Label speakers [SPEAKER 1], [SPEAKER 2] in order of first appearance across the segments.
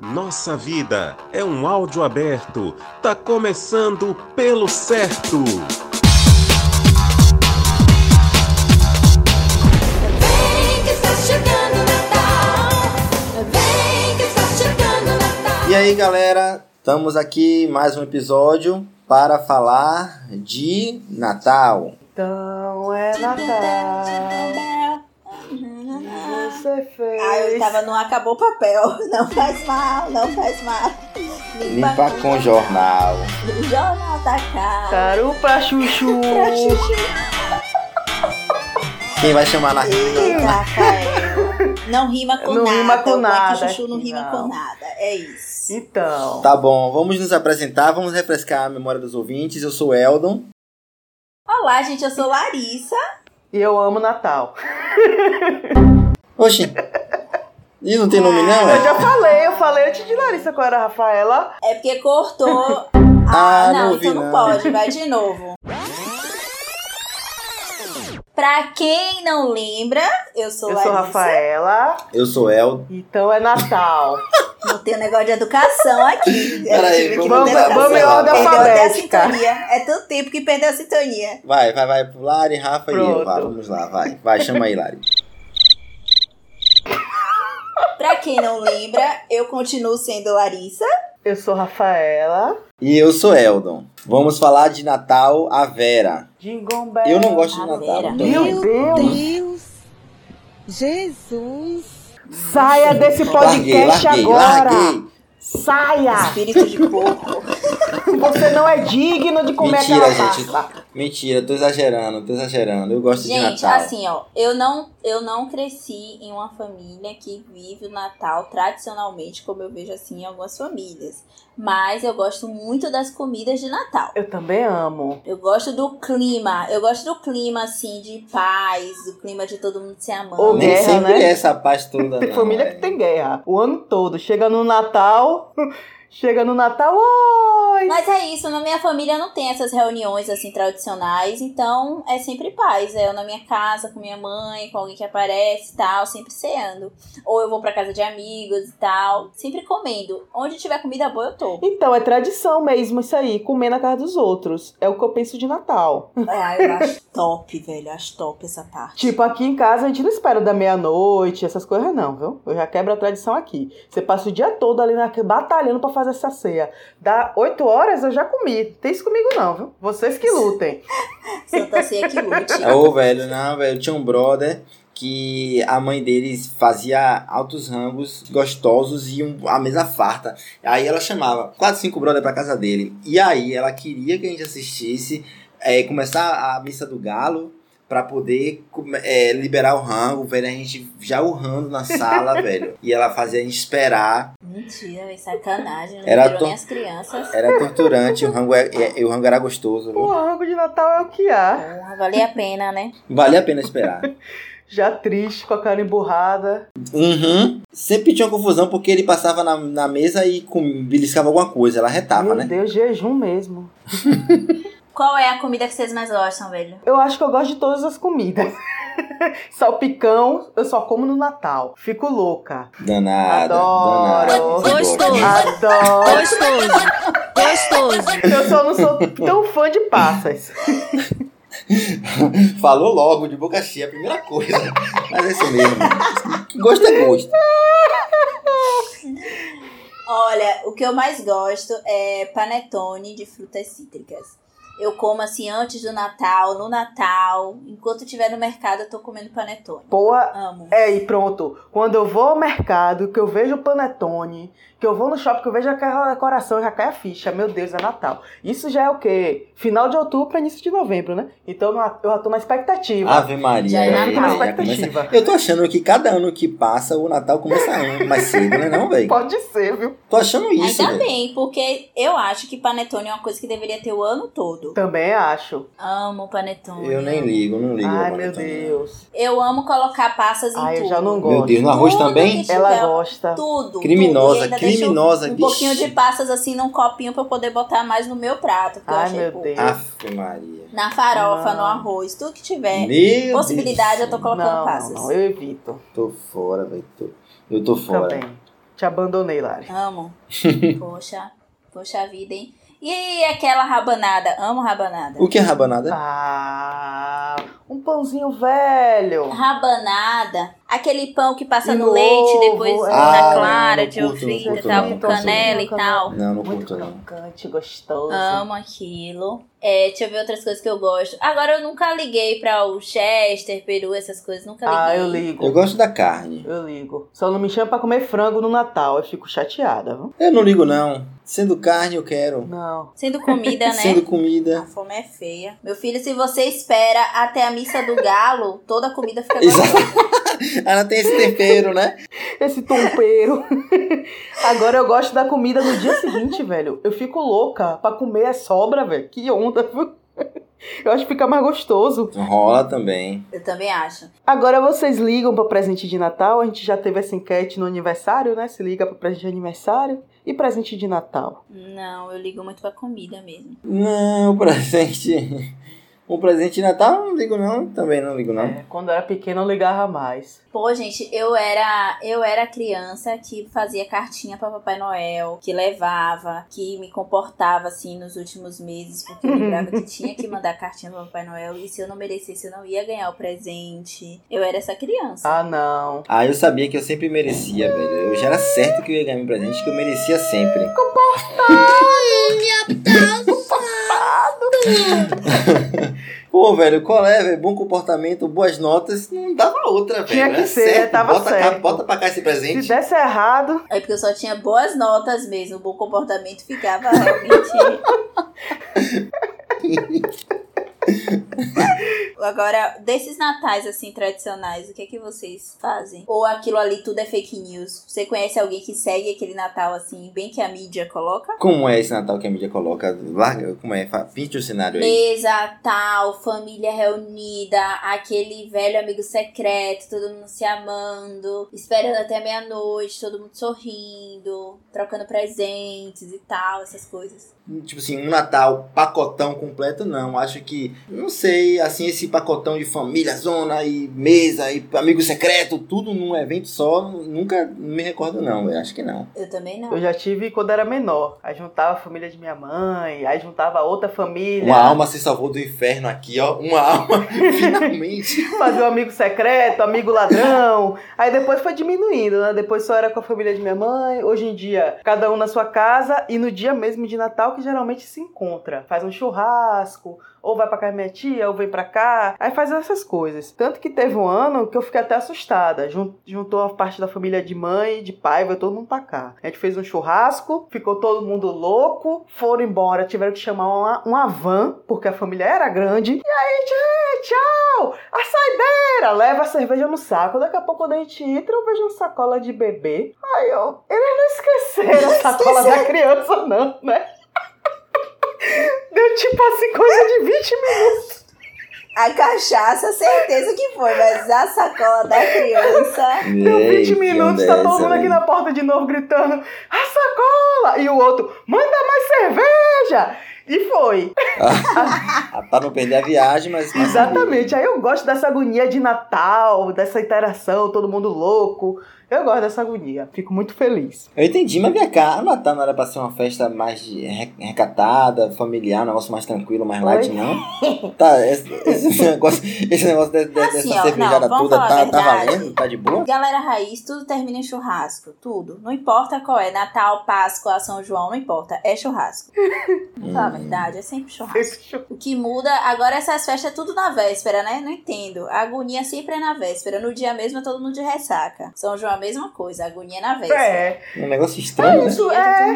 [SPEAKER 1] Nossa vida é um áudio aberto. Tá começando pelo certo.
[SPEAKER 2] Vem que está chegando o Natal. Vem que está chegando o Natal.
[SPEAKER 3] E aí galera, estamos aqui mais um episódio para falar de Natal.
[SPEAKER 4] Então é Natal. Você
[SPEAKER 5] Aí
[SPEAKER 4] fez.
[SPEAKER 5] Ah, eu tava no acabou o papel. Não faz mal, não faz mal.
[SPEAKER 3] Limpa com jornal.
[SPEAKER 5] O jornal da cara.
[SPEAKER 4] Taru pra chuchu.
[SPEAKER 3] Quem vai chamar na
[SPEAKER 5] Ih, Rafael. Não rima com
[SPEAKER 4] Não
[SPEAKER 5] nada.
[SPEAKER 4] rima com
[SPEAKER 5] o Black
[SPEAKER 4] nada.
[SPEAKER 5] Chuchu não rima
[SPEAKER 4] Não.
[SPEAKER 5] com nada. É isso.
[SPEAKER 4] Então.
[SPEAKER 3] Tá bom, vamos nos apresentar, vamos refrescar a memória dos ouvintes. Eu sou o Eldon.
[SPEAKER 5] Olá, gente. Eu sou Larissa.
[SPEAKER 4] E eu amo Natal.
[SPEAKER 3] Oxi. Ih, não tem nome não?
[SPEAKER 4] Eu já
[SPEAKER 3] É?
[SPEAKER 4] falei, eu falei antes de Larissa qual era a Rafaela.
[SPEAKER 5] É porque cortou.
[SPEAKER 3] Ah, não
[SPEAKER 5] não,
[SPEAKER 3] ouvi,
[SPEAKER 5] então não,
[SPEAKER 3] não.
[SPEAKER 5] pode. Vai de novo. Pra quem não lembra, eu sou
[SPEAKER 4] Eu
[SPEAKER 5] Larissa.
[SPEAKER 4] sou Rafaela.
[SPEAKER 3] Eu sou Eldon.
[SPEAKER 4] Então é Natal.
[SPEAKER 5] Não tem negócio de educação aqui.
[SPEAKER 3] Peraí,
[SPEAKER 5] Eu tive que
[SPEAKER 3] vamos-
[SPEAKER 5] mudar.
[SPEAKER 3] vamos em ordem
[SPEAKER 5] Perdeu até a
[SPEAKER 4] alfabética.
[SPEAKER 5] sintonia. É tanto tempo que perdeu a sintonia.
[SPEAKER 3] Vai, vai, vai. Lari, Rafa e eu.
[SPEAKER 4] Pronto.
[SPEAKER 3] Vai, vamos lá, vai. Vai, chama aí, Lari.
[SPEAKER 5] Pra quem não lembra, eu continuo sendo Larissa.
[SPEAKER 4] Eu sou Rafaela.
[SPEAKER 3] E eu sou Eldon. Vamos falar de Natal a Vera.
[SPEAKER 4] Jingle Bell.
[SPEAKER 3] Eu não gosto de
[SPEAKER 5] A
[SPEAKER 3] Natal. então
[SPEAKER 5] Vera.
[SPEAKER 3] não tô nem aí.
[SPEAKER 4] Meu Deus.
[SPEAKER 6] Deus! Jesus!
[SPEAKER 4] Saia desse
[SPEAKER 3] Larguei,
[SPEAKER 4] podcast
[SPEAKER 3] larguei,
[SPEAKER 4] agora.
[SPEAKER 3] larguei.
[SPEAKER 4] Saia.
[SPEAKER 5] Espírito de porco.
[SPEAKER 4] Você não é digno de comer
[SPEAKER 3] Mentira,
[SPEAKER 4] aquela
[SPEAKER 3] gente.
[SPEAKER 4] pasta.
[SPEAKER 3] Mentira, tô exagerando, tô exagerando. Eu gosto de
[SPEAKER 5] Gente,
[SPEAKER 3] Natal.
[SPEAKER 5] assim, ó, eu não, eu não cresci em uma família que vive o Natal tradicionalmente, como eu vejo assim em algumas famílias. Mas eu gosto muito das comidas de Natal.
[SPEAKER 4] Eu também amo.
[SPEAKER 5] Eu gosto do clima, eu gosto do clima assim de paz, do clima de todo mundo se
[SPEAKER 4] Ô,
[SPEAKER 5] amando.
[SPEAKER 3] Nem
[SPEAKER 4] guerra,
[SPEAKER 3] sempre
[SPEAKER 4] né?
[SPEAKER 3] é essa paz toda.
[SPEAKER 4] Tem
[SPEAKER 3] não,
[SPEAKER 4] família
[SPEAKER 3] é.
[SPEAKER 4] que tem guerra. O ano todo. Chega no Natal. Chega no Natal. Oi!
[SPEAKER 5] Mas é isso, na minha família não tem essas reuniões assim tradicionais, então é sempre paz. É eu na minha casa, com minha mãe, com alguém que aparece e tal, sempre ceando. Ou eu vou pra casa de amigos e tal, sempre comendo. Onde tiver comida boa, eu tô.
[SPEAKER 4] Então, é tradição mesmo isso aí, comer na casa dos outros. É o que eu penso de Natal.
[SPEAKER 5] Ah, eu acho top, velho, eu acho top essa parte.
[SPEAKER 4] Tipo, aqui em casa a gente não espera da meia-noite, essas coisas não, viu? Eu já quebro a tradição aqui. Você passa o dia todo ali na... batalhando pra fazer essa ceia. Dá oito horas, eu já comi. Tem isso comigo não, viu? Vocês que lutem.
[SPEAKER 5] Santa Ceia que lute.
[SPEAKER 3] É, Ô, velho, não, velho. Tinha um brother que a mãe deles fazia altos rangos gostosos e um- a mesa farta. Aí ela chamava quatro, cinco brother pra casa dele. E aí ela queria que a gente assistisse, eh, começar a missa do galo. Pra poder come- eh, liberar o rango, velho. A gente já urrando na sala, velho. E ela fazia a gente esperar
[SPEAKER 5] Mentira, velho, sacanagem. Não
[SPEAKER 3] Era
[SPEAKER 5] liberou
[SPEAKER 3] to-
[SPEAKER 5] nem as crianças.
[SPEAKER 3] Era torturante, o rango, é, é- o rango era gostoso.
[SPEAKER 4] O
[SPEAKER 3] Viu?
[SPEAKER 4] rango de Natal é o que há.
[SPEAKER 5] Porra, valia a pena, né?
[SPEAKER 3] Valia a pena esperar.
[SPEAKER 4] Já triste, com a cara emburrada.
[SPEAKER 3] Uhum. Sempre tinha uma confusão porque ele passava na, na mesa e com, beliscava alguma coisa, ela retava,
[SPEAKER 4] Meu
[SPEAKER 3] né?
[SPEAKER 4] Deus, jejum mesmo.
[SPEAKER 5] Qual é a comida que vocês mais gostam, velho?
[SPEAKER 4] Eu acho que eu gosto de todas as comidas. Salpicão, eu só como no Natal. Fico louca.
[SPEAKER 3] Danada.
[SPEAKER 4] Adoro.
[SPEAKER 3] danada.
[SPEAKER 6] Gostoso.
[SPEAKER 4] Adoro.
[SPEAKER 6] Gostoso! Gostoso!
[SPEAKER 4] Eu só não sou tão fã de passas.
[SPEAKER 3] Falou logo, de boca cheia, a primeira coisa. Mas é isso mesmo. Gosto é gosto.
[SPEAKER 5] Olha, o que eu mais gosto é panetone de frutas cítricas. Eu como assim antes do Natal, no Natal. Enquanto estiver no mercado, eu tô comendo panetone.
[SPEAKER 4] Porra.
[SPEAKER 5] Amo.
[SPEAKER 4] É, e pronto. Quando eu vou ao mercado, que eu vejo o panetone, que eu vou no shopping, que eu vejo aquela decoração, já cai a ficha. Meu Deus, é Natal. Isso já é o quê? Final de outubro pra início de novembro, né? Então eu já tô na expectativa.
[SPEAKER 3] Ave Maria.
[SPEAKER 5] Já é
[SPEAKER 3] Ave
[SPEAKER 5] Natal.
[SPEAKER 3] Maria,
[SPEAKER 4] Expectativa.
[SPEAKER 3] começa- Eu tô achando que cada ano que passa, o Natal começa um mais cedo, né não, velho?
[SPEAKER 4] Pode ser, viu?
[SPEAKER 3] Tô achando isso,
[SPEAKER 5] Ainda
[SPEAKER 3] velho.
[SPEAKER 5] bem, porque eu acho que panetone é uma coisa que deveria ter o ano todo.
[SPEAKER 4] Também acho.
[SPEAKER 5] Amo panetone.
[SPEAKER 3] Eu nem
[SPEAKER 5] amo.
[SPEAKER 3] ligo, não ligo.
[SPEAKER 4] Ai,
[SPEAKER 3] agora
[SPEAKER 4] meu
[SPEAKER 3] também.
[SPEAKER 4] Deus.
[SPEAKER 5] Eu amo colocar passas em
[SPEAKER 4] Ai, Ah, eu
[SPEAKER 5] tudo.
[SPEAKER 4] já não gosto.
[SPEAKER 3] Meu Deus, no arroz
[SPEAKER 5] Tudo
[SPEAKER 3] também?
[SPEAKER 5] que
[SPEAKER 4] Ela
[SPEAKER 5] tiver,
[SPEAKER 4] gosta.
[SPEAKER 5] Tudo.
[SPEAKER 3] Criminosa,
[SPEAKER 5] tudo. E ainda deixo
[SPEAKER 3] criminosa,
[SPEAKER 5] Um
[SPEAKER 3] bicho.
[SPEAKER 5] pouquinho de passas assim num copinho pra eu poder botar mais no meu prato. que eu
[SPEAKER 4] Ai,
[SPEAKER 5] achei
[SPEAKER 4] meu
[SPEAKER 5] pouco.
[SPEAKER 4] Deus.
[SPEAKER 3] Ave Maria.
[SPEAKER 5] Na farofa,
[SPEAKER 4] Ah.
[SPEAKER 5] no arroz, tudo que tiver.
[SPEAKER 3] Meu
[SPEAKER 5] É, possibilidade, eu
[SPEAKER 3] Deus.
[SPEAKER 5] tô colocando
[SPEAKER 4] não,
[SPEAKER 5] passas.
[SPEAKER 4] não, não, eu evito.
[SPEAKER 3] Tô fora, velho. Tô... Eu tô fora.
[SPEAKER 4] Também. Te abandonei, Lari.
[SPEAKER 5] Amo. Poxa, poxa vida, hein? E aquela rabanada? Amo rabanada.
[SPEAKER 3] O que é rabanada?
[SPEAKER 4] Ah, um pãozinho velho.
[SPEAKER 5] Rabanada, aquele pão que passa
[SPEAKER 4] E
[SPEAKER 5] no
[SPEAKER 4] ovo,
[SPEAKER 5] leite, depois
[SPEAKER 4] é.
[SPEAKER 5] na
[SPEAKER 3] Ah,
[SPEAKER 5] clara,
[SPEAKER 3] não
[SPEAKER 5] de
[SPEAKER 3] curto, não
[SPEAKER 5] ouvida,
[SPEAKER 3] curto,
[SPEAKER 5] tal,
[SPEAKER 3] não.
[SPEAKER 5] com
[SPEAKER 3] Então,
[SPEAKER 5] canela e
[SPEAKER 4] sim.
[SPEAKER 5] tal.
[SPEAKER 3] Não, não
[SPEAKER 4] Muito
[SPEAKER 3] curto não.
[SPEAKER 4] crocante, gostoso.
[SPEAKER 5] Amo aquilo. É, deixa eu ver outras coisas que eu gosto. Agora eu nunca liguei pra o Chester, Peru, essas coisas, nunca liguei.
[SPEAKER 4] Ah, eu ligo.
[SPEAKER 3] Eu
[SPEAKER 4] Eu...
[SPEAKER 3] gosto da carne.
[SPEAKER 4] ligo. Só não me chama pra comer frango no Natal. Eu fico chateada. viu?
[SPEAKER 3] Eu não ligo não. Sendo carne eu quero.
[SPEAKER 4] Não.
[SPEAKER 5] Sendo comida, né?
[SPEAKER 3] Sendo comida.
[SPEAKER 5] A fome é feia. Meu filho, se você espera até a missa do galo, toda a comida fica
[SPEAKER 3] Exato.
[SPEAKER 5] gostosa.
[SPEAKER 3] Ela tem esse tempero, né?
[SPEAKER 4] Esse tompeiro. Agora eu gosto da comida no dia seguinte, velho. Eu fico louca pra comer a sobra, velho. Que onda. viu? Eu acho que fica mais gostoso.
[SPEAKER 3] Rola também.
[SPEAKER 5] Eu também acho.
[SPEAKER 4] Agora vocês ligam para presente de Natal, a gente já teve essa enquete no aniversário, né? Se liga para presente de aniversário e presente de Natal.
[SPEAKER 5] Não, eu ligo muito pra comida mesmo.
[SPEAKER 3] Não, presente. Um presente de Natal eu não ligo não. Também não ligo não.
[SPEAKER 4] É, quando eu era pequena eu ligava mais.
[SPEAKER 5] Pô, gente, eu era eu era criança que fazia cartinha pra Papai Noel, que levava, que me comportava assim nos últimos meses, porque eu lembrava que tinha que mandar cartinha pra Papai Noel e se eu não merecesse eu não ia ganhar o presente. Eu era essa criança.
[SPEAKER 4] Ah, não.
[SPEAKER 3] Ah, eu sabia que eu sempre merecia, velho. Eu já era certo que eu ia ganhar meu presente, que eu merecia sempre. Pô, velho, qual é, velho? Bom comportamento, boas notas, não dava outra, velho.
[SPEAKER 4] Tinha que
[SPEAKER 3] Era
[SPEAKER 4] ser, né? Tava
[SPEAKER 3] bota Cá,
[SPEAKER 4] certo.
[SPEAKER 3] bota pra cá esse
[SPEAKER 4] Se
[SPEAKER 3] presente.
[SPEAKER 4] desse errado,
[SPEAKER 5] É porque eu só tinha boas notas mesmo, o bom comportamento ficava realmente. Agora, desses natais assim tradicionais, o que é que vocês fazem? Ou aquilo ali tudo é fake news? Você conhece alguém que segue aquele Natal assim, bem que a mídia coloca?
[SPEAKER 3] Como é esse Natal que a mídia coloca? Larga, como é? Fa- Pinte o cenário aí.
[SPEAKER 5] Mesa, tal, família reunida, aquele velho amigo secreto, todo mundo se amando, esperando até meia-noite, todo mundo sorrindo, trocando presentes e tal, essas coisas.
[SPEAKER 3] Tipo assim, um Natal pacotão completo, não. Acho que, não sei, assim, esse pacotão de família, zona e mesa e amigo secreto, tudo num evento só, nunca me recordo, não, velho. Acho que não.
[SPEAKER 5] Eu também não.
[SPEAKER 4] eu já tive quando era menor. Aí juntava a família de minha mãe, aí juntava outra família.
[SPEAKER 3] Uma alma se salvou do inferno aqui, ó. Uma alma, finalmente.
[SPEAKER 4] Fazia um amigo secreto, amigo ladrão. Aí depois foi diminuindo, né? Depois só era com a família de minha mãe. Hoje em dia, cada um na sua casa e no dia mesmo de Natal que geralmente se encontra. Faz um churrasco, ou vai pra casa da minha tia, ou vem pra cá. Aí faz essas coisas. Tanto que teve um ano que eu fiquei até assustada. Jun- Juntou a parte da família de mãe, de pai, vai todo mundo pra cá. A gente fez um churrasco, ficou todo mundo louco, foram embora. Tiveram que chamar uma, uma van, porque a família era grande. E aí, gente, tchau! A saideira! Leva a cerveja no saco. Daqui a pouco, quando a gente entra, eu vejo uma sacola de bebê. Aí eu. Eles não esqueceram a sacola da criança, não, né? Deu tipo assim, coisa de 20
[SPEAKER 5] A cachaça, certeza que foi, mas a sacola da criança.
[SPEAKER 4] Deu 20 minutos, tá todo
[SPEAKER 3] né?
[SPEAKER 4] mundo aqui na porta de novo gritando: a sacola! E o outro: manda mais cerveja! E foi.
[SPEAKER 3] Ah, pra não perder a viagem, mas. mas-
[SPEAKER 4] Exatamente. Aí eu gosto dessa agonia de Natal, dessa interação, todo mundo louco. Eu gosto dessa agonia. Fico muito feliz.
[SPEAKER 3] Eu entendi, mas vem cá, o Natal não era pra ser uma festa mais de- re- recatada, familiar, um negócio mais tranquilo, mais light,
[SPEAKER 4] Oi?
[SPEAKER 3] não? Tá, esse, esse negócio, esse negócio de- de-
[SPEAKER 5] Assim,
[SPEAKER 3] dessa
[SPEAKER 5] ó, não,
[SPEAKER 3] cervejada
[SPEAKER 5] vamos
[SPEAKER 3] toda
[SPEAKER 5] falar a
[SPEAKER 3] tá, tá
[SPEAKER 5] verdade.
[SPEAKER 3] valendo? Tá de boa?
[SPEAKER 5] Galera raiz, tudo termina em churrasco, tudo. Não importa qual é, Natal, Páscoa, São João, não importa, é churrasco. Vamos falar a verdade, é sempre churrasco.
[SPEAKER 4] Esse chu-
[SPEAKER 5] O que muda, agora essas festas é tudo na véspera, né? Não entendo. A agonia sempre é na véspera. No dia mesmo é todo mundo de ressaca. São João é a mesma coisa, a agonia é na véspera.
[SPEAKER 4] É,
[SPEAKER 3] Um negócio estranho, né?
[SPEAKER 4] isso é.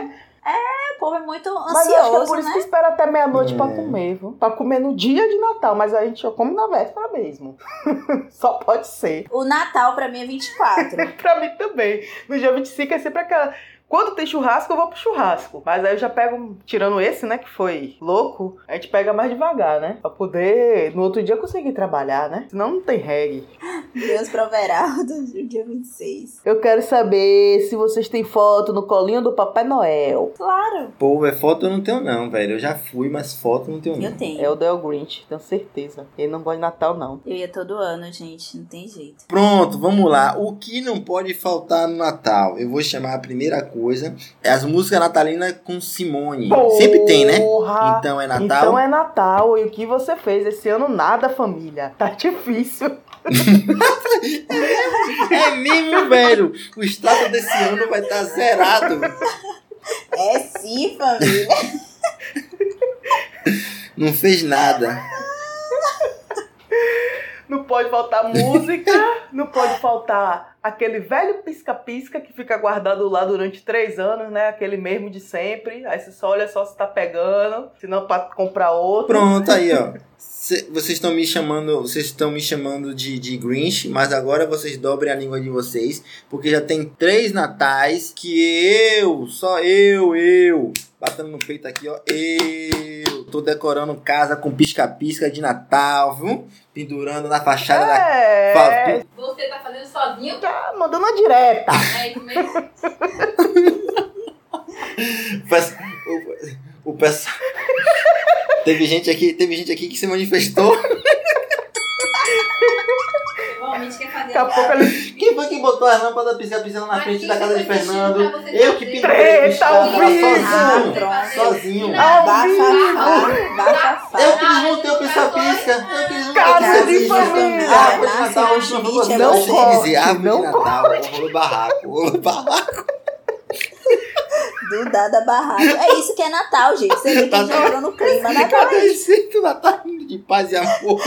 [SPEAKER 5] É, o povo é muito
[SPEAKER 4] Mas eu acho que é
[SPEAKER 5] ansioso,
[SPEAKER 4] por isso
[SPEAKER 5] né?
[SPEAKER 4] que espera até meia-noite pra
[SPEAKER 3] É.
[SPEAKER 4] comer, viu? Pra comer no dia de Natal, mas a gente só come na véspera mesmo. Só pode ser.
[SPEAKER 5] O Natal pra mim é 24.
[SPEAKER 4] pra mim também. No dia 25 é sempre aquela. Quando tem churrasco, eu vou pro churrasco. Mas aí eu já pego, tirando esse, né, que foi louco, a gente pega mais devagar, né? Pra poder, no outro dia, conseguir trabalhar, né? Senão não tem reggae.
[SPEAKER 5] Deus proverá do dia 26.
[SPEAKER 4] Eu quero saber se vocês têm foto no colinho do Papai Noel.
[SPEAKER 5] Claro,
[SPEAKER 3] Pô, é foto eu não tenho não, velho. Eu já fui, mas foto eu não tenho não.
[SPEAKER 5] eu tenho.
[SPEAKER 4] É o Del Grinch, tenho certeza. Ele não gosta de Natal, não.
[SPEAKER 5] Eu ia todo ano, gente, não tem jeito.
[SPEAKER 3] Pronto, vamos lá. O que não pode faltar no Natal? Eu vou chamar a primeira coisa. É as músicas natalinas com Simone. Sempre tem, né?
[SPEAKER 4] Porra!
[SPEAKER 3] Então é Natal.
[SPEAKER 4] Então é Natal, e o que você fez esse ano? Nada, família. Tá difícil.
[SPEAKER 3] É mesmo, velho. O estado desse ano vai estar zerado.
[SPEAKER 5] É sim, família.
[SPEAKER 3] Não fez nada.
[SPEAKER 4] Não pode faltar música, não pode faltar aquele velho pisca-pisca que fica guardado lá durante três anos, né? Aquele mesmo de sempre. Aí você só olha só se tá pegando, se não pra comprar outro.
[SPEAKER 3] Pronto, aí, ó. Cê- vocês estão me chamando, vocês estão me chamando de, de Grinch, mas agora vocês dobrem a língua de vocês, porque já tem três natais que eu, só eu, eu, batendo no peito aqui, ó, eu tô decorando casa com pisca-pisca de Natal, viu? Pendurando na fachada da
[SPEAKER 4] É,
[SPEAKER 3] fa-
[SPEAKER 7] Você tá fazendo sozinho?
[SPEAKER 4] tá mandando a direta.
[SPEAKER 7] É, como é que-
[SPEAKER 3] Faz- O, o pessoal. teve gente aqui, teve gente aqui que se manifestou.
[SPEAKER 7] Normalmente quer fazer.
[SPEAKER 4] Daqui a pouco ele
[SPEAKER 3] Quem foi que botou as lâmpadas piscando na
[SPEAKER 7] Mas
[SPEAKER 3] frente
[SPEAKER 7] quem
[SPEAKER 3] da casa de
[SPEAKER 7] foi que
[SPEAKER 3] Fernando?
[SPEAKER 7] pediu pra você
[SPEAKER 3] Eu que
[SPEAKER 7] fazer?
[SPEAKER 3] pendurei o
[SPEAKER 4] Treta ao
[SPEAKER 3] estado lá
[SPEAKER 4] vivo!
[SPEAKER 3] sozinho.
[SPEAKER 5] Ah,
[SPEAKER 3] Sozinho.
[SPEAKER 7] Ah,
[SPEAKER 5] Bafafá, bafafá.
[SPEAKER 3] Eu que desmontei o pisca-pisca. Eu que desmontei o
[SPEAKER 4] Casa
[SPEAKER 5] de
[SPEAKER 3] pisca-pisca.
[SPEAKER 4] família.
[SPEAKER 3] Ah, foi de Natal hoje não vou
[SPEAKER 5] Não
[SPEAKER 3] Não
[SPEAKER 4] corte,
[SPEAKER 3] dizer, ah, foi de
[SPEAKER 4] não
[SPEAKER 3] Natal. Rolou barraco. Rolou barraco.
[SPEAKER 5] Do Dada Barraco. É isso que é Natal, gente. Você vê que
[SPEAKER 3] Natal.
[SPEAKER 5] já entrou no clima Natal.
[SPEAKER 3] Cadê esse Natal tá de paz e amor?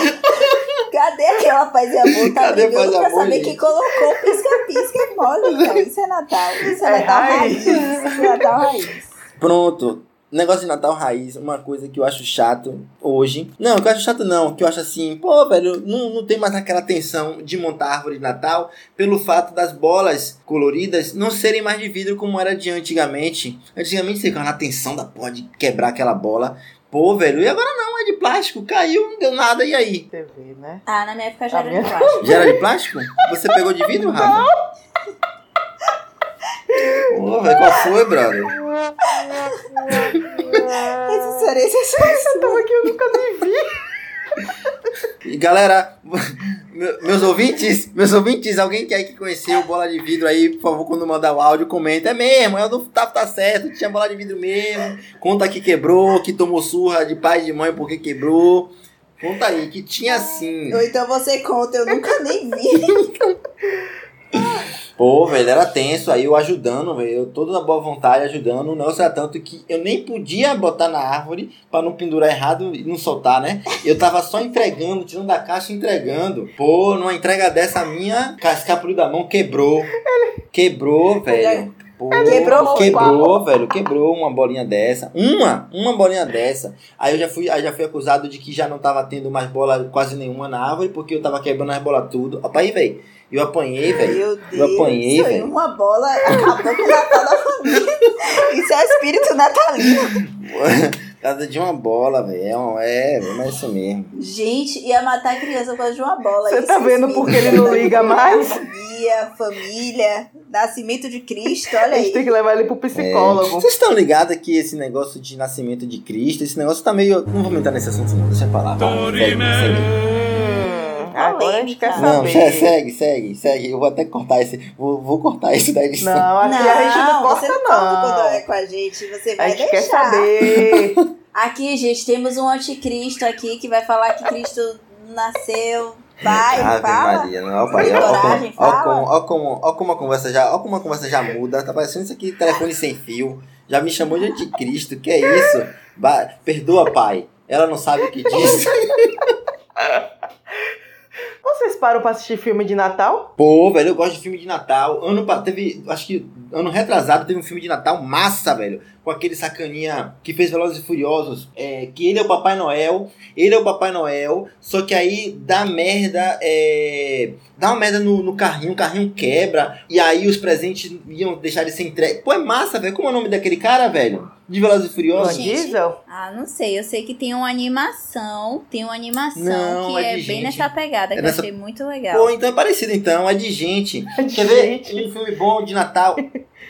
[SPEAKER 5] Cadê aquela paz e amor? Tá
[SPEAKER 3] Cadê
[SPEAKER 5] brigando
[SPEAKER 3] paz e
[SPEAKER 5] pra
[SPEAKER 3] amor,
[SPEAKER 5] saber
[SPEAKER 3] gente?
[SPEAKER 5] quem colocou o pisca-pisca é mole, então. Isso é Natal. Isso é,
[SPEAKER 4] É
[SPEAKER 5] Natal raiz.
[SPEAKER 4] raiz.
[SPEAKER 5] Isso é Natal raiz.
[SPEAKER 3] Pronto. Negócio de Natal raiz, uma coisa que eu acho chato hoje. Não, que eu acho chato não, que eu acho assim, pô, velho, não, não tem mais aquela tensão de montar a árvore de Natal pelo fato das bolas coloridas não serem mais de vidro como era de antigamente. Antigamente você ficava na tensão da porra de quebrar aquela bola. Pô, velho, e agora não, é de plástico, caiu, não deu nada, e aí?
[SPEAKER 4] TV, né?
[SPEAKER 5] Ah, na minha época já
[SPEAKER 4] A
[SPEAKER 5] era
[SPEAKER 4] minha-
[SPEAKER 5] de plástico.
[SPEAKER 3] Já era de plástico? Você pegou de vidro, Rafa? Pô, velho, qual foi, brother?
[SPEAKER 5] Esse seria esse
[SPEAKER 4] Eu tava aqui, eu nunca nem vi.
[SPEAKER 3] E galera, me- meus ouvintes, meus ouvintes, alguém que aí que conheceu bola de vidro aí, por favor, quando mandar o áudio, comenta. É mesmo, eu não tá, tá certo, tinha bola de vidro mesmo. Conta que quebrou, que tomou surra de pai e de mãe porque quebrou. Conta aí, que tinha sim.
[SPEAKER 5] Ou então você conta, eu nunca nem vi.
[SPEAKER 3] Pô, velho, era tenso, aí eu ajudando, velho, eu todo na boa vontade ajudando, o negócio era tanto que eu nem podia botar na árvore pra não pendurar errado e não soltar, né? Eu tava só entregando, tirando da caixa e entregando. Pô, numa entrega dessa minha, cascapulho da mão quebrou. Quebrou, velho. Pô,
[SPEAKER 5] Quebrou o
[SPEAKER 3] quebrou, velho, quebrou uma bolinha dessa. Uma, uma bolinha dessa. Aí eu já fui, aí já fui acusado de que já não tava tendo mais bola quase nenhuma na árvore, porque eu tava quebrando as bolas tudo. Opa, aí, velho. Eu apanhei, velho.
[SPEAKER 5] Meu
[SPEAKER 3] Eu
[SPEAKER 5] Deus.
[SPEAKER 3] apanhei,
[SPEAKER 5] isso aí,
[SPEAKER 3] velho.
[SPEAKER 5] uma bola acabou com o Natal da família. Isso é espírito natalino.
[SPEAKER 3] Casa de uma bola, velho. É, um- é, mas é isso mesmo.
[SPEAKER 5] Gente, ia matar a criança por causa de uma bola.
[SPEAKER 4] Você
[SPEAKER 5] Isso
[SPEAKER 4] tá
[SPEAKER 5] é
[SPEAKER 4] vendo
[SPEAKER 5] espírito
[SPEAKER 4] porque ele não liga mais?
[SPEAKER 5] Família, família, nascimento de Cristo,
[SPEAKER 4] A
[SPEAKER 5] olha
[SPEAKER 4] gente tem
[SPEAKER 5] aí.
[SPEAKER 4] que levar ele pro psicólogo.
[SPEAKER 3] É. Vocês estão ligados que esse negócio de nascimento de Cristo, esse negócio tá meio. Não vou entrar nesse assunto, não. Deixa eu falar. Segue, segue.
[SPEAKER 4] Hum, agora a gente quer
[SPEAKER 5] Polêmica.
[SPEAKER 3] Não,
[SPEAKER 4] saber.
[SPEAKER 3] se- segue, segue, segue. Eu vou até cortar esse. Vou, vou cortar esse da edição.
[SPEAKER 4] Não, aqui a gente não
[SPEAKER 5] você
[SPEAKER 4] gosta,
[SPEAKER 5] não conta quando é
[SPEAKER 4] não.
[SPEAKER 5] com a gente, você
[SPEAKER 4] A
[SPEAKER 5] vai deixar.
[SPEAKER 4] gente quer saber.
[SPEAKER 5] Aqui, gente, temos um anticristo aqui que vai falar que Cristo nasceu. Vai,
[SPEAKER 3] Ave
[SPEAKER 5] fala.
[SPEAKER 3] Maria, não, opa, aí, ó, ó,
[SPEAKER 5] Coragem,
[SPEAKER 3] ó, ó,
[SPEAKER 5] fala.
[SPEAKER 3] como, ó, como, ó como a conversa já, ó como a conversa já muda, tá parecendo isso aqui, telefone sem fio, já me chamou de anticristo, que é isso? Ba- perdoa, pai, ela não sabe o que disse.
[SPEAKER 4] Vocês param pra assistir filme de Natal?
[SPEAKER 3] Pô, velho, eu gosto de filme de Natal. Ano pa- teve, acho que ano retrasado teve um filme de Natal massa, velho. Com com aquele sacaninha que fez Velozes e Furiosos, é, que ele é o Papai Noel, ele é o Papai Noel, só que aí dá merda, é, dá uma merda no, no carrinho, o carrinho quebra, e aí os presentes iam deixar de ser entregue. Pô, é massa, velho, como é o nome daquele cara, velho? De Velozes e
[SPEAKER 4] Vin
[SPEAKER 3] Furiosos?
[SPEAKER 5] Gente,
[SPEAKER 4] Diesel?
[SPEAKER 5] Ah, não sei. Eu sei que tem uma animação. Tem uma animação
[SPEAKER 3] Não,
[SPEAKER 5] que
[SPEAKER 3] é
[SPEAKER 5] é,
[SPEAKER 3] de
[SPEAKER 5] bem
[SPEAKER 3] gente.
[SPEAKER 5] nessa pegada,
[SPEAKER 3] É
[SPEAKER 5] que
[SPEAKER 3] nessa-
[SPEAKER 5] eu achei muito legal.
[SPEAKER 3] Pô, então é parecido então, é de gente. Quer ver? Um filme bom de Natal.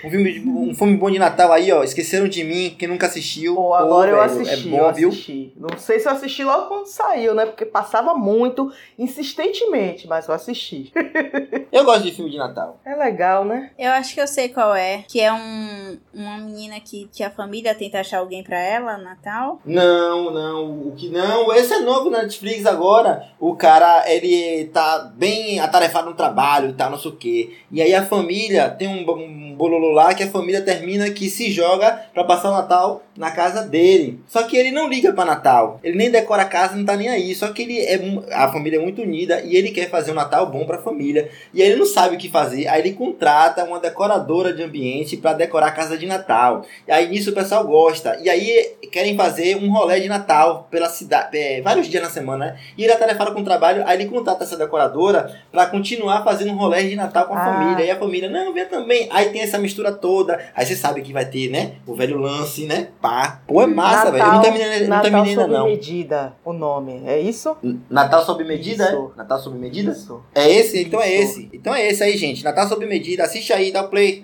[SPEAKER 3] Um filme, de- um filme bom de Natal aí, ó. Esqueceram de mim, quem nunca assistiu.
[SPEAKER 4] Pô, agora eu
[SPEAKER 3] velho,
[SPEAKER 4] assisti,
[SPEAKER 3] É
[SPEAKER 4] eu
[SPEAKER 3] bom, viu?
[SPEAKER 4] assisti. Não sei se eu assisti logo quando saiu, né? Porque passava muito, insistentemente, mas eu assisti.
[SPEAKER 3] Eu gosto de filme de Natal.
[SPEAKER 4] É legal, né?
[SPEAKER 5] Eu acho que eu sei qual é. Que é um, uma menina que, que a família tenta achar alguém pra ela, Natal.
[SPEAKER 3] Não, não, o que não. Esse é novo na Netflix agora. O cara, ele tá bem atarefado no trabalho e tal, não sei o quê. E aí a família, tem um, bo- um bololô lá que a família termina que se joga pra passar o Natal na casa dele. Só que ele não liga pra Natal. Ele nem decora a casa, não tá nem aí. Só que ele é mu- a família é muito unida e ele quer fazer um Natal bom pra família. E aí ele não sabe o que fazer. Aí ele contrata uma decoradora de ambiente pra decorar a casa de Natal. E aí nisso o pessoal gosta. E aí querem fazer um rolê de Natal pela cidade, é, vários dias na semana, né? E ele atarefado com o trabalho, aí ele contrata essa decoradora pra continuar fazendo um rolê de Natal com a
[SPEAKER 4] Ah.
[SPEAKER 3] família. E a família, não, vem também. Aí tem essa mistura toda. Aí você sabe que vai ter, né? O velho lance, né? Pá. Pô, é massa, velho. Eu não
[SPEAKER 4] Natal,
[SPEAKER 3] terminei, não
[SPEAKER 4] Natal
[SPEAKER 3] terminei ainda,
[SPEAKER 4] sob
[SPEAKER 3] não.
[SPEAKER 4] medida, o nome. É isso?
[SPEAKER 3] Natal sob medida?
[SPEAKER 4] Isso.
[SPEAKER 3] é? Natal sob medida?
[SPEAKER 4] Isso.
[SPEAKER 3] É esse? Então é
[SPEAKER 4] Isso.
[SPEAKER 3] esse. Então é esse aí, gente. Natal sob medida. Assiste aí, dá o play.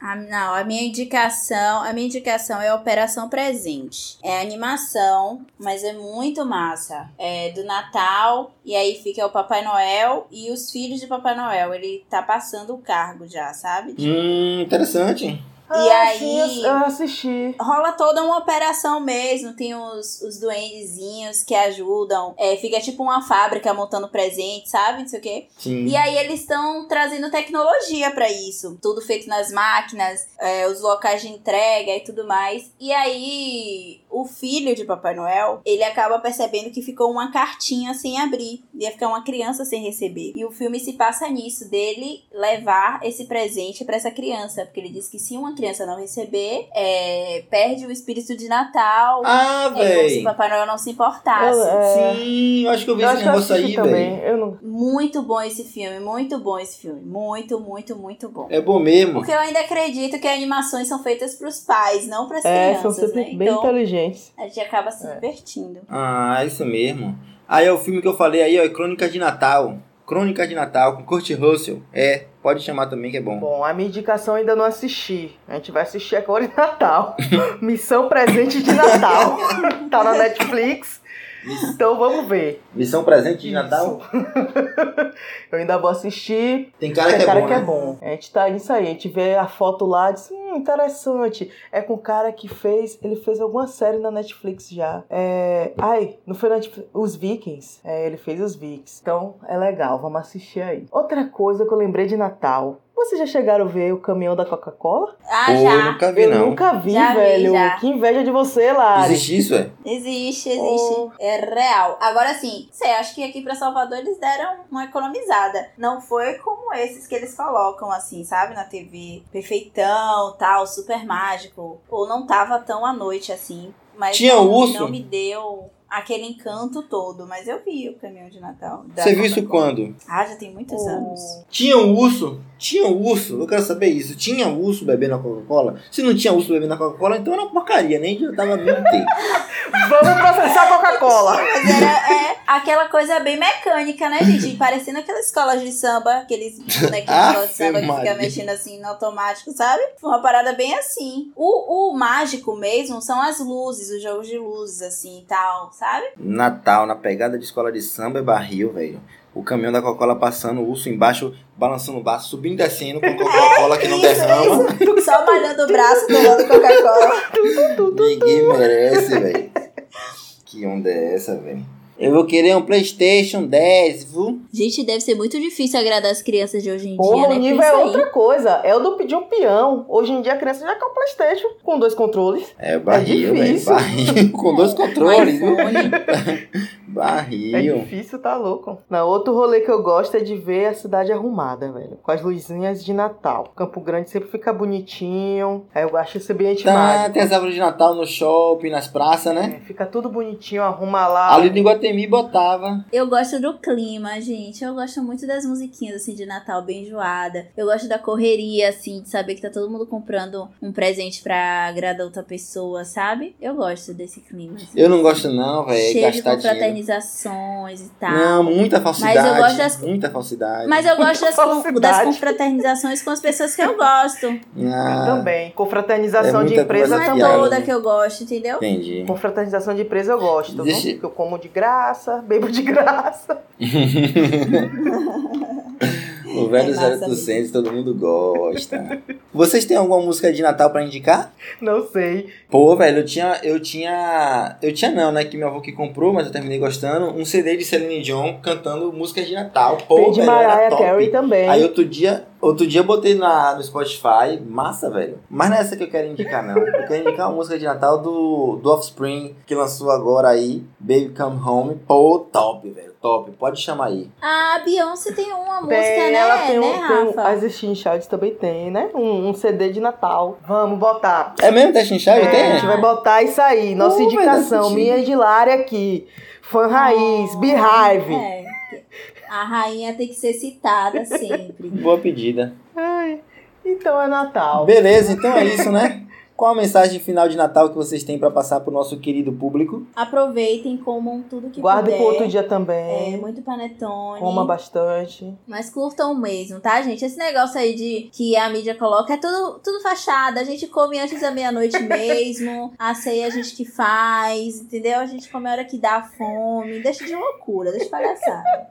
[SPEAKER 5] Ah, não, a minha indicação, a minha indicação é Operação Presente. É animação, mas é muito massa. É do Natal e aí fica o Papai Noel e os filhos de Papai Noel. Ele tá passando o cargo já, sabe?
[SPEAKER 3] Hum, interessante.
[SPEAKER 5] E aí-
[SPEAKER 4] Ah, sim, eu- eu assisti.
[SPEAKER 5] rola toda uma operação mesmo. Tem os, os duendezinhos que ajudam. É, fica tipo uma fábrica montando presente, sabe? Não sei o quê.
[SPEAKER 3] Sim.
[SPEAKER 4] é
[SPEAKER 5] E aí eles estão trazendo tecnologia pra isso. Tudo feito nas máquinas, é, os locais de entrega e tudo mais. E aí o filho de Papai Noel, ele acaba percebendo que ficou uma cartinha sem abrir. Ia ficar uma criança sem receber. E o filme se passa nisso, dele levar esse presente pra essa criança. Porque ele diz que se uma criança não receber, é, perde o espírito de Natal.
[SPEAKER 3] Ah,
[SPEAKER 5] é como se
[SPEAKER 3] velho.
[SPEAKER 5] Papai Noel não se importasse.
[SPEAKER 4] Eu- é,
[SPEAKER 3] Ah, Sim, eu acho que eu vi
[SPEAKER 4] eu
[SPEAKER 3] esse
[SPEAKER 4] acho que eu
[SPEAKER 3] negócio
[SPEAKER 4] assisti
[SPEAKER 3] aí, velho.
[SPEAKER 4] também. Eu não...
[SPEAKER 5] Muito bom esse filme, muito bom esse filme. Muito, muito, muito bom.
[SPEAKER 3] É bom mesmo.
[SPEAKER 5] Porque eu ainda acredito que animações são feitas pros pais, não pras
[SPEAKER 4] É, são
[SPEAKER 5] crianças,
[SPEAKER 4] sempre
[SPEAKER 5] né?
[SPEAKER 4] bem
[SPEAKER 5] Então,
[SPEAKER 4] inteligentes.
[SPEAKER 5] a gente acaba se
[SPEAKER 4] É.
[SPEAKER 5] divertindo.
[SPEAKER 3] Ah, é isso mesmo. Aí é o filme que eu falei aí, ó, é Crônica de Natal. Crônica de Natal com Kurt Russell. É, pode chamar também que é bom.
[SPEAKER 4] Bom, a minha indicação eu ainda não assisti. A gente vai assistir agora em Natal. Missão Presente de Natal. tá na Netflix. Então vamos ver.
[SPEAKER 3] Missão Presente de Natal.
[SPEAKER 4] Eu ainda vou assistir,
[SPEAKER 3] Tem cara que
[SPEAKER 4] Tem
[SPEAKER 3] é
[SPEAKER 4] cara
[SPEAKER 3] bom,
[SPEAKER 4] que
[SPEAKER 3] né?
[SPEAKER 4] é bom. A gente tá nisso aí, a gente vê a foto lá, diz, hum, interessante. É com o cara que fez, ele fez alguma série na Netflix já. É, ai, não foi na Netflix, os Vikings. É, ele fez os Vikings. Então, é legal, vamos assistir aí. Outra coisa que eu lembrei de Natal. Vocês já chegaram a ver o caminhão da Coca-Cola?
[SPEAKER 5] Ah,
[SPEAKER 3] Pô, eu
[SPEAKER 5] já!
[SPEAKER 3] nunca vi,
[SPEAKER 4] Eu
[SPEAKER 3] não.
[SPEAKER 4] nunca vi,
[SPEAKER 5] Já vi,
[SPEAKER 4] velho.
[SPEAKER 5] já.
[SPEAKER 4] Que inveja de você, Lari.
[SPEAKER 3] Existe isso, é?
[SPEAKER 5] Existe, existe.
[SPEAKER 4] Oh.
[SPEAKER 5] É real. Agora sim, sei, acho que aqui pra Salvador eles deram uma economizada. Não foi como esses que eles colocam, assim, sabe? Na TV. Perfeitão, tal, super mágico. Ou não tava tão à noite assim. Mas
[SPEAKER 3] Tinha
[SPEAKER 5] não,
[SPEAKER 3] urso?
[SPEAKER 5] não me deu aquele encanto todo. Mas eu vi o caminhão de Natal. da
[SPEAKER 3] Você viu isso
[SPEAKER 5] Coca-Cola.
[SPEAKER 3] quando?
[SPEAKER 5] Ah, já tem muitos
[SPEAKER 4] Oh.
[SPEAKER 5] anos.
[SPEAKER 3] Tinha um urso? Tinha um urso? Eu quero saber isso. Tinha um urso bebendo a Coca-Cola? Se não tinha urso bebendo a Coca-Cola, então era uma porcaria, nem tava mesmo ter.
[SPEAKER 4] Vamos processar a Coca-Cola.
[SPEAKER 5] Mas era é, aquela coisa bem mecânica, né, gente? Parecendo aquelas escolas de samba, aqueles bonequinhos
[SPEAKER 4] Ah,
[SPEAKER 5] de escola de samba que
[SPEAKER 3] Maria.
[SPEAKER 5] fica mexendo assim no automático, sabe? Foi uma parada bem assim. O, o mágico mesmo são as luzes, os jogos de luzes, assim e tal, sabe?
[SPEAKER 3] Natal, na pegada de escola de samba é barril, velho. O caminhão da Coca-Cola passando, o urso embaixo, balançando o braço, subindo e descendo com Coca-Cola que não
[SPEAKER 5] É Isso,
[SPEAKER 3] derrama.
[SPEAKER 5] Só malhando o braço, tomando Coca-Cola.
[SPEAKER 3] Ninguém merece, velho. Que onda é essa, velho? Eu vou querer um PlayStation 10, viu?
[SPEAKER 5] Gente, deve ser muito difícil agradar as crianças de hoje em
[SPEAKER 4] Porra,
[SPEAKER 5] dia,
[SPEAKER 4] o
[SPEAKER 5] né?
[SPEAKER 4] nível
[SPEAKER 5] Pensa
[SPEAKER 4] é
[SPEAKER 5] aí.
[SPEAKER 4] outra coisa. É o do pedir um peão. Hoje em dia a criança já quer um Playstation com dois controles.
[SPEAKER 3] É barril, velho.
[SPEAKER 4] difícil.
[SPEAKER 3] Barril com dois controles, viu?
[SPEAKER 5] iPhone.
[SPEAKER 4] É
[SPEAKER 3] Barril.
[SPEAKER 4] difícil, tá louco. Não, outro rolê que eu gosto é de ver a cidade arrumada, velho. Com as luzinhas de Natal. Campo Grande sempre fica bonitinho. Aí eu acho esse ambiente
[SPEAKER 3] Tá,
[SPEAKER 4] mágico.
[SPEAKER 3] tem as árvores de Natal no shopping, nas praças, né?
[SPEAKER 4] É, Fica tudo bonitinho, arruma lá.
[SPEAKER 3] Ali do Iguatemi botava.
[SPEAKER 5] Eu gosto do clima, gente. Eu gosto muito das musiquinhas assim de Natal bem enjoada. Eu gosto da correria assim, de saber que tá todo mundo comprando um presente pra agradar outra pessoa, sabe? Eu gosto desse clima. assim.
[SPEAKER 3] Eu não gosto não, velho, é
[SPEAKER 5] Cheio de
[SPEAKER 3] gastar dinheiro.
[SPEAKER 5] confraternizações e tal.
[SPEAKER 3] Não, muita falsidade.
[SPEAKER 5] Mas eu gosto das-
[SPEAKER 3] Muita falsidade.
[SPEAKER 5] Mas eu gosto das, con- das
[SPEAKER 4] Falsidade.
[SPEAKER 5] confraternizações com as pessoas que eu gosto.
[SPEAKER 3] Ah,
[SPEAKER 4] Também. Confraternização
[SPEAKER 3] É muita
[SPEAKER 4] de
[SPEAKER 5] Mas
[SPEAKER 4] empresa
[SPEAKER 5] não é
[SPEAKER 3] coisa
[SPEAKER 4] também.
[SPEAKER 3] piada,
[SPEAKER 5] toda
[SPEAKER 3] né?
[SPEAKER 5] que eu gosto, entendeu?
[SPEAKER 3] Entendi.
[SPEAKER 4] Confraternização de empresa eu gosto, viu?
[SPEAKER 3] Existe-
[SPEAKER 4] Porque eu como de graça, bebo de graça.
[SPEAKER 3] O velho
[SPEAKER 5] É massa,
[SPEAKER 3] 0800 todo mundo gosta. Vocês têm alguma música de Natal pra indicar?
[SPEAKER 4] Não sei.
[SPEAKER 3] Pô, velho, eu tinha, eu tinha, eu tinha não, né, que meu avô que comprou, mas eu terminei gostando, um CD de Celine Dion cantando músicas de Natal. Pô,
[SPEAKER 4] Tem de
[SPEAKER 3] velho, era
[SPEAKER 4] Mariah
[SPEAKER 3] top.
[SPEAKER 4] Carey também.
[SPEAKER 3] Aí outro dia, outro dia eu botei na, no Spotify, massa, velho. Mas não é essa que eu quero indicar, não. Eu quero indicar uma música de Natal do, do Offspring, que lançou agora aí, Baby Come Home. Pô, top, velho, top. Pode chamar aí.
[SPEAKER 5] Ah, A Beyoncé tem uma música, né?
[SPEAKER 4] ela tem,
[SPEAKER 5] né,
[SPEAKER 4] um, tem um-
[SPEAKER 5] Rafa?
[SPEAKER 4] as Steam Childs também tem, né? Um, um CD de Natal. Vamos botar.
[SPEAKER 3] É mesmo, Testin Chave?
[SPEAKER 4] É, a gente
[SPEAKER 3] Tem?
[SPEAKER 4] vai botar isso aí. Nossa
[SPEAKER 3] Uh, vai dar
[SPEAKER 4] indicação,
[SPEAKER 3] sentido.
[SPEAKER 4] minha de Lara aqui. Fã raiz,
[SPEAKER 3] Ah,
[SPEAKER 4] Beehive.
[SPEAKER 5] É. A rainha tem que ser citada sempre.
[SPEAKER 3] Boa pedida.
[SPEAKER 4] Ai, então é Natal.
[SPEAKER 3] Beleza, então é isso, né? Qual a mensagem final de Natal que vocês têm pra passar pro nosso querido público?
[SPEAKER 5] Aproveitem, comam tudo que
[SPEAKER 4] Guarda
[SPEAKER 5] puder.
[SPEAKER 4] pro outro dia
[SPEAKER 5] É,
[SPEAKER 4] também.
[SPEAKER 5] muito panetone.
[SPEAKER 4] Coma bastante.
[SPEAKER 5] Mas curtam mesmo, tá, gente? Esse negócio aí de que a mídia coloca é tudo, tudo fachada. A gente come antes da meia-noite mesmo. A ceia a gente que faz, entendeu? A gente come a hora que dá fome. Deixa de loucura, deixa de palhaçada.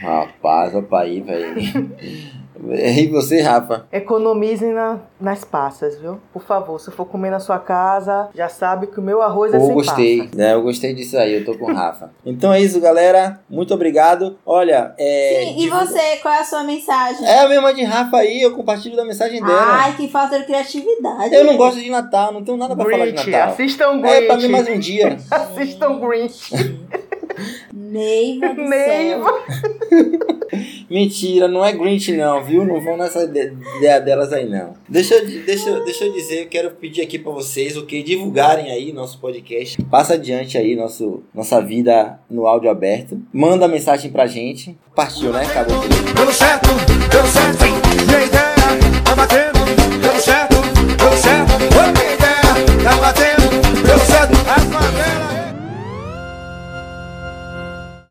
[SPEAKER 3] Rapaz, opa aí, velho. E você, Rafa?
[SPEAKER 4] Economizem na- nas passas, viu? Por favor, se for comer na sua casa, já sabe que o meu arroz é
[SPEAKER 3] Pô,
[SPEAKER 4] sem
[SPEAKER 3] gostei.
[SPEAKER 4] passa.
[SPEAKER 3] Né? Eu gostei disso aí, eu tô com o Rafa. Então é isso, galera. Muito obrigado. Olha, é.
[SPEAKER 5] Sim, e
[SPEAKER 3] divulga-
[SPEAKER 5] você, qual é a sua mensagem?
[SPEAKER 3] É a mesma de Rafa aí, eu compartilho da mensagem dela.
[SPEAKER 5] Ai, que falta de criatividade.
[SPEAKER 3] eu não gosto de Natal, não tenho nada pra falar de
[SPEAKER 4] Grinch,
[SPEAKER 3] Natal.
[SPEAKER 4] assistam
[SPEAKER 3] É pra mim mais
[SPEAKER 4] Grinch.
[SPEAKER 3] um dia.
[SPEAKER 4] Assistam Grinch.
[SPEAKER 5] Neiva do
[SPEAKER 4] Neiva.
[SPEAKER 5] céu.
[SPEAKER 3] Mentira, não é Grinch não, viu? Não vão nessa de- ideia delas aí não. Deixa eu, deixa, eu- deixa eu dizer, eu quero pedir aqui pra vocês o que divulgarem aí nosso podcast. Passa adiante aí nosso, nossa vida no áudio aberto. Manda mensagem pra gente. Partiu, né? Acabou.
[SPEAKER 8] Pelo certo, deu certo, e a ideia tá batendo.